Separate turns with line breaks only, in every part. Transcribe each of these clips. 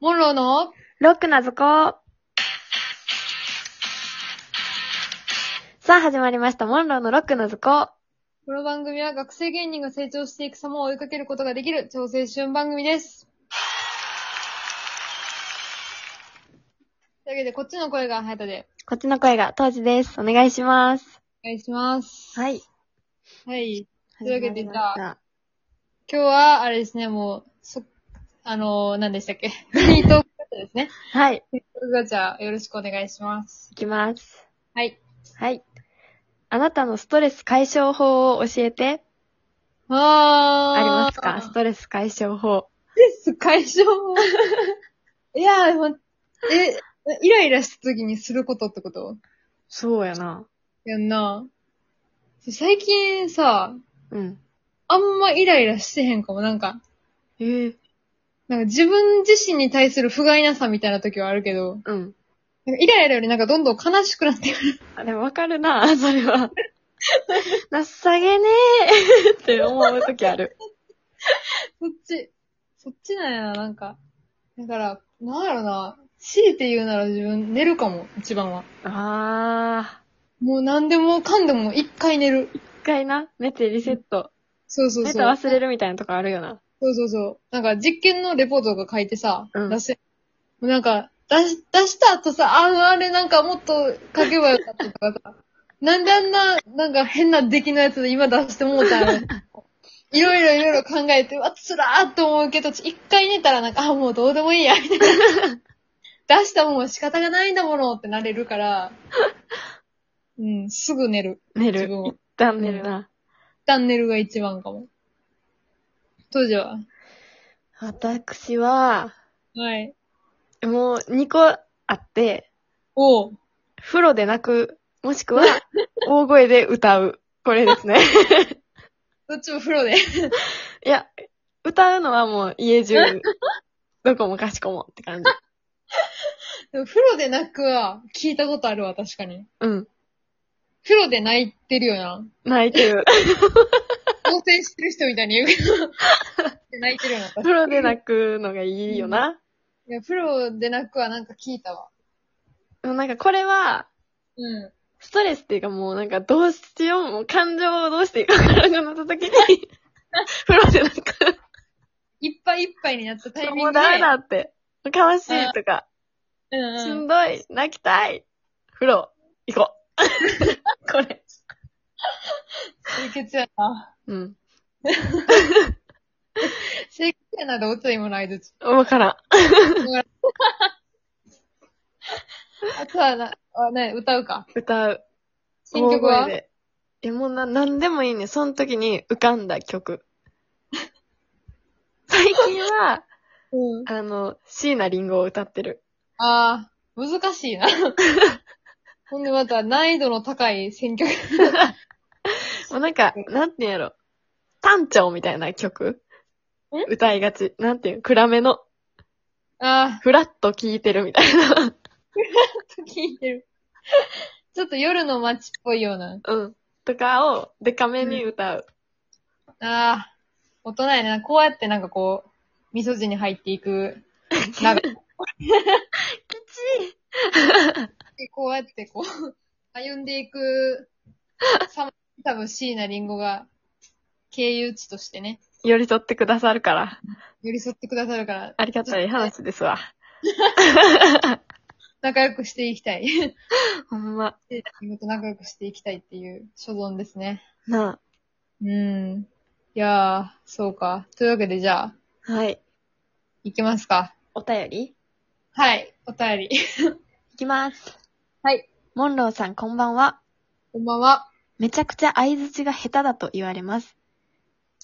モンローの
ロックな図工。さあ、始まりました。モンローのロックな図工。
この番組は学生芸人が成長していく様を追いかけることができる超青春番組です。というわけで、こっちの声がハヤタで、
こっちの声が当時です。お願いします。
お願いします。
はい。
はい。というわけで
始まりました
今日は、あれですね、もう、そ、あのー、何でしたっけフリートークガチャですね。
はい。
フリートークガチャ、よろしくお願いします
い。きます。
はい。
はい。あなたのストレス解消法を教えて。
あ
あ
ー。
りますかストレス解消法。
ストレス解消もいやー、ほんえ、イライラした時にすることってこと
そうやな。
やんな。最近さ、
うん。
あんまイライラしてへんかも。なんか、
ええ
なんか自分自身に対する不甲斐なさみたいな時はあるけど、
うん。
なんかイライラよりなんかどんどん悲しくなってくる。
あれ、わかるな、 それは。なっさげねえって思うときある。
そっち、そっちなんやな、なんか。だから、なんやろな。強いて言うなら自分寝るかも、一番は。
あ
もう何でもかんでも一回寝る。
ー。一回な、寝てリセット。
そうそう
寝
そう。
たら忘れるみたいなとこあるよな。
そうそうそう。なんか実験のレポートとか書いてさ、
うん
出せ、もうなんか、出し、出した後さ、ああ、あれなんかもっと書けばよかったとか さ、なんであんな、なんか変な出来のやつで今出してもうたん やろいろいろいろいろ考えて、うわ、つらーっと思うけど、ち一回寝たらなんか、あ、もうどうでもいいや、みたい な。出したもんは仕方がないんだものってなれるから、うん、すぐ寝る。
寝
自
る。
分は。
一旦寝るな。
一旦寝るが一番かも。当時は
私は、
はい。
もう2個あって、
おう。
風呂で泣く、もしく は大声で歌う。これですね。
どっちも風呂で。
いや、歌うのはもう家 中、どこもかしこもって感じ。
でも風呂で泣くは聞いたことあるわ、確かに。
うん。
風呂で泣いてるよな。
泣いてる。
当選してる人みたいに言うけど。泣いてるよな、確か
風呂で泣くのがいいよな。
に。いや、風呂で泣くはなんか聞いたわ。
でもなんかこれは、
うん。
ストレスっていうかもうなんかどうしよう、もう感情をどうしていいかわからなくなった時 に、風呂で泣く。
いっぱいいっぱいになったタイミン
も
グ
う
で。
ダメだって。悲しいとか、
うん
し
うん。
んどい、泣きたい、風呂、行 こう。これ。
清潔やな。
うん。
清潔やな、どうつ今の相 槌。
わからん。
あとはな、あね、歌うか。
歌う。
新曲は
大声で。え、もうな、なんでもいいね。その時に浮かんだ曲。 最近は、
うん。
あの、椎名林檎を歌ってる。
あー、難 しいな。ほんでまた難易度の高い選曲。
もうなんか、なんて言うんやろ。単調みたいな曲
ん
歌いがち。なんていうん暗めの、
あ
フラッと聴いてるみたいな。
ー、聞いてる。ちょっと夜の街っぽいような。
うん。とかを、デカめに歌う。
ああ、大人やな。こうやってなんかこう、味噌汁に入っていく。なんか、
きちい
こうやってこう、歩んでいく、さま、多分椎名林檎が、経由地としてね、
寄り添ってくださるから、
寄り添ってくださるから、
ありがたい話ですわ。
仲良くしていきたい。椎
ほんま。
名林檎と仲良くしていきたいっていう所存ですね。
な
うん。いやー、そうか。というわけでじゃあ、
あ。はい。
行きますか。
お便り
はい、お便り。
いきます。
はい、
モンローさんこんばんは。
こんばんは。
めちゃくちゃ相槌が下手だと言われます。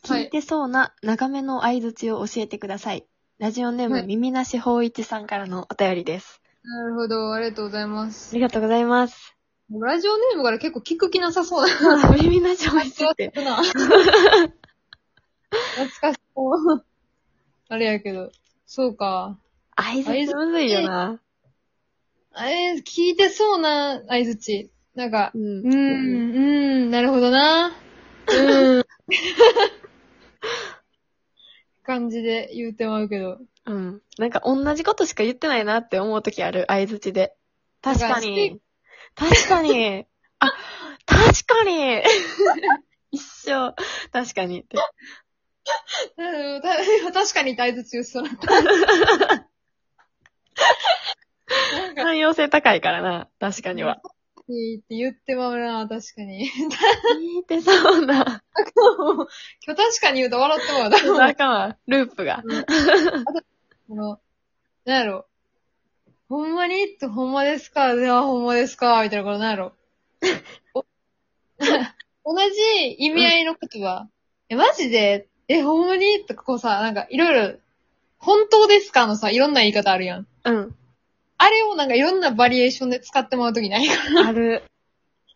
は
聞
い
いてそうな長めの相槌を教えてください。ラジオネー
は
ム
い
耳なし法一さんからのお便りです。
なるほど、ありがとうございま
あ
す。
りがとうございます。
ラジオネームから結構聞く気なさそう な
耳なし法一って。
な。懐かしそう。あれやけど。そうか。
相槌むずいよな。
えー、聞いてそうな相づち。なんか、
う
うーん、う。ーん、なるほどな。うーん。感じで言うてまうけど。
うん。なんか同じことしか言ってないなって思う時ある、相づちで。確かに。確 かに。あ、確かに。 一生、確かにって。
うんた確かに大豆中そうなった。なんか、
汎用性高いからな、確かには。
いいって言ってまうな、確かに。
いいってそうな。
今日確かに言うと笑ってまうな。
なんかは、ループが。
この、なんやろ。ほんまにってほんまですかいや、ほんまですかみたいなことなんやろ。 お同じ意味合いの言葉。え、マジでえ、ほんまにとかこうさ、なんかいろいろ、本当ですかのさ、いろんな言い方あるやん。
うん。
あれをなんかいろんなバリエーションで使ってもらうときない
ある。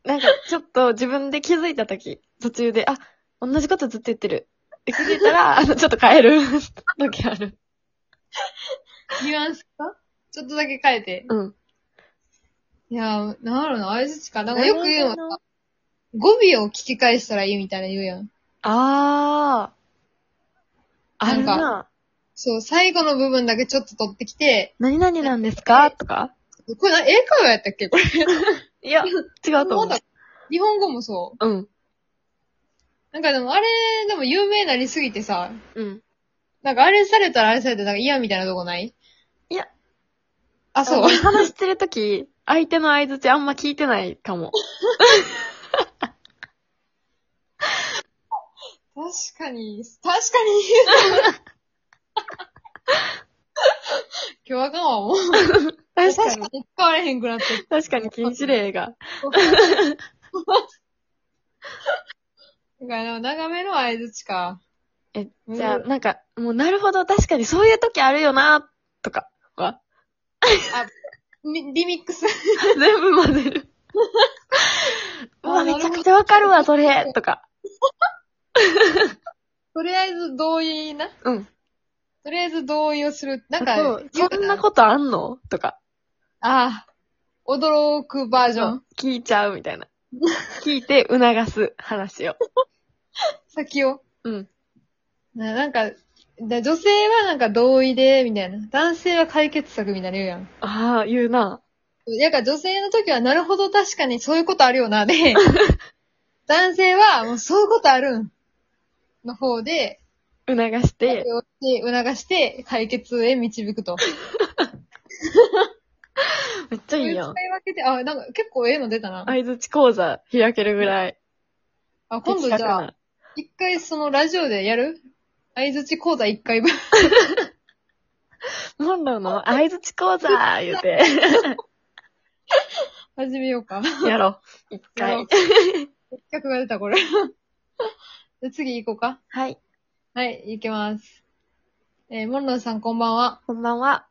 なんか、ちょっと自分で気づいた時、途中で、あ、同じことずっと言ってる。で気づいたら、あの、ちょっと変える 時ある。
ニュアンスかちょっとだけ変えて。
うん。
いやー、なんやろな、あいつか。なんかよく言うのはさ、語尾を聞き返したらいいみたいな言うやん。
ああ。あ
な
る
んか
な。
そう、最後の部分だけちょっと取ってきて、
何々なんですかとか
これな英会話やったっけこれ。
いや、違うと思う。
日本語もそう。
うん。
なんかでもあれ、でも有名になりすぎてさ、
うん。
なんかあれされたらあれされたらなんか嫌みたいなとこない
いや。
あ、そう。
話してる時相手の相づちあんま聞いてないかも。
確かに、確かに。今日あかんわ、もう。
確か
確
に
か。に使われへんくなって る。
確かに禁止令が。
だからでも長めの合図か。
え、
うん
じゃあ、なんか、もうなるほど、確かにそういう時あるよな、とかは、
みリミックス。
全部混ぜる。う
あ
わ、
ーなるほ
めち
ど
ゃくちゃわかるわ、それ、とか。
とりあえず同意な。
うん。
とりあえず同意をする。なんか、
そう
言う
そんなことあんのとか。
ああ、驚くバージョン。
聞いちゃう、みたい な。聞いて、促す話を。
先を。
うん。
ななんか、だ女性はなんか同意で、みたいな。男性は解決策みたいなの言うやん。
ああ、言うな。
だから女性の時は、なるほど確かにそういうことあるよな、 で、男性は、もうそういうことあるん。の方で、
促して、
それを促して解決へ導くと。
めっちゃいいや
そ
ん
うう。使い分けて、あ、なんか結構ええの出たな。
相づち講座開けるぐらい。
あ、今度じ
的
ゃ
確
あ、
な
一回そのラジオでやる相づち講座一回分。
モンローの相づち講座言う て、
始めよう か。
やろう。一
やろ
回
う。企画が出た、これ。じゃ次行こうか。
はい。
はい、行きます。えーモンロンさんこんばんは。
こんばんは。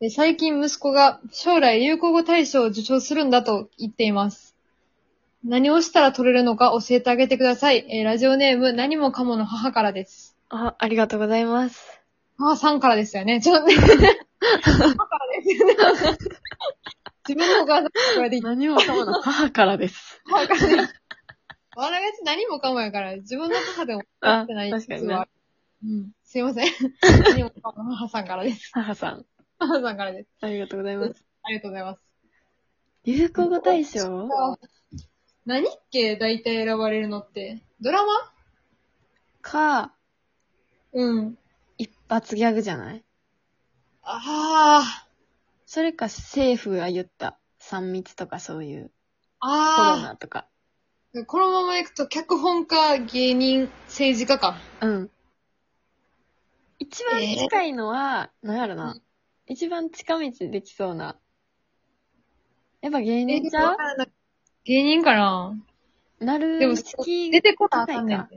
えー最近息子が将来流行語大賞を受賞するんだと言っています。何をしたら取れるのか教えてあげてください。えーラジオネーム何もかもの母からです。
あ、ありがとうございます。
母さんからですよね。ちょっ とね。母からですよね。自分のお母さんの声で言っ
何もかもの母からです。
た母からです。笑いがち何もかもやから、自分の母でも分かってない
あ確かに
実
な
はうん。すいませ ん。何もかもの母さんからです。
母さん。
母さんからです。
ありがとうございます。
ありがとうございます。
流行語大賞
何っけ大体選ばれるのって。ドラマ
か、
うん。
一発ギャグじゃない
ああ、
それか政府が言った三密とかそういうコロ
あ
ナとか。
あ、このまま行くと脚本家、芸人、政治家か。
うん。一番近いのは、なんやろな。一番近道できそうな。やっぱ芸人ちゃう
芸人かな
なる
でも
好き
出てこなあかんねん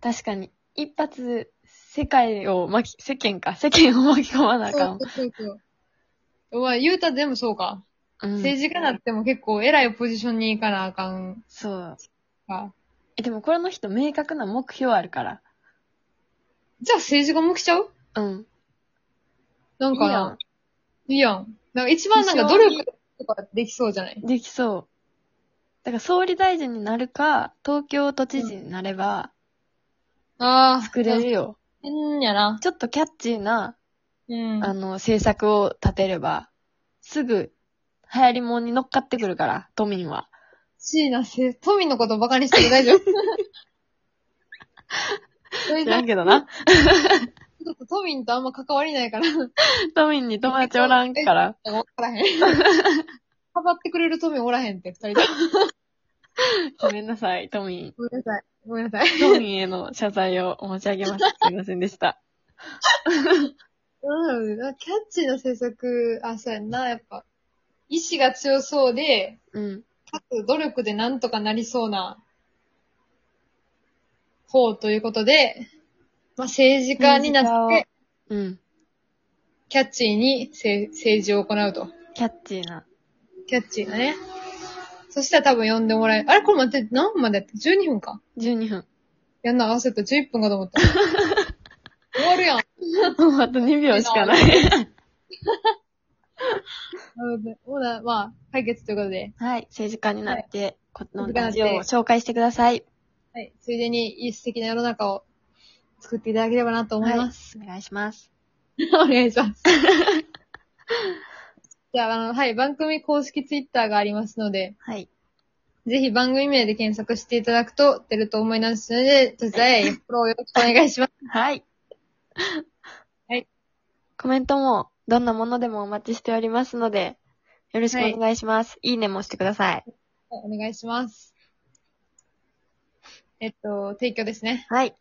高確かに。一発、世界を巻き、世間か。世間を巻き込まなあ
そう
かん。
そうそう。お前、ゆうたでもそうか。
うん
政治家なっても結構偉いポジションに行かなあかん
そう。
か。
え、でもこれの人明確な目標あるから。
じゃあ政治家も来ちゃう
うん。
なんかな。
い
いいやん。なんか一番なんか努力とかできそうじゃない
いやんできそう。だから総理大臣になるか、東京都知事になれば、
ああ。
作れるよ。
うんやな。
ちょっとキャッチーな、
うん。
あの、制作を立てれば、すぐ、流行りもんに乗っかってくるから、都民は。
椎名せ、富のことバカにしてる大 丈夫。それ
知
じゃ
らんけど な。
ちょっと都民とあんま関わりないから、 なん
都民に友達おらんから。
かわからへん。かばってくれる都民おらへんって、二人で。
ごめんなさい、都民。
ごめんなさい。ごめんなさい。
都民への謝罪を申し上げ ます。すいませんでした。
うん、キャッチーな制作、あ、そうやんな、やっぱ。意志が強そうで、
うん。
かつ努力でなんとかなりそうな方ということで、まあ、政治家になって、
うん。
キャッチーにせ政治を行うと。
キャッチーな。
キャッチーなね。そしたら多分呼んでもらえる。あれこれ待って、何分までやった ?12 分か。
12分。
やんな、合わせた11分かと思 った。終わるやん。
もうあと2秒しか ない。
なのでほな、まあ、解決ということで。
はい。政治家になって、この
政
ラ
治家
ジ
に
オを
なって
紹介してください。
はい。ついでに、いい素敵な世の中を作っていただければなと思います。
はい。お願いします。
お願いします。じゃあ、あの、はい、番組公式ツイッターがありますので、
はい。
ぜひ番組名で検索していただくと出ると思いますので、そちらへフォローよろしくお願いします。
はい。
はい。
コメントも、どんなものでもお待ちしておりますので、よろしくお願いします。い、いねもしてください。
お願いします。えっと、提供ですね。
はい。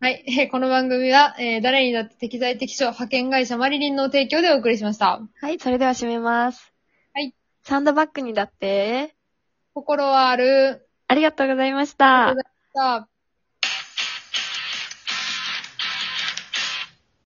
はい。 えーこの番組は、えー誰にだって適材適所派遣会社マリリンの提供でお送りしました。
はい、それでは締めます。
はい。
サンドバッグにだって、
心はある。
ありがとうございまし
あ
た
りがとうござい。ました。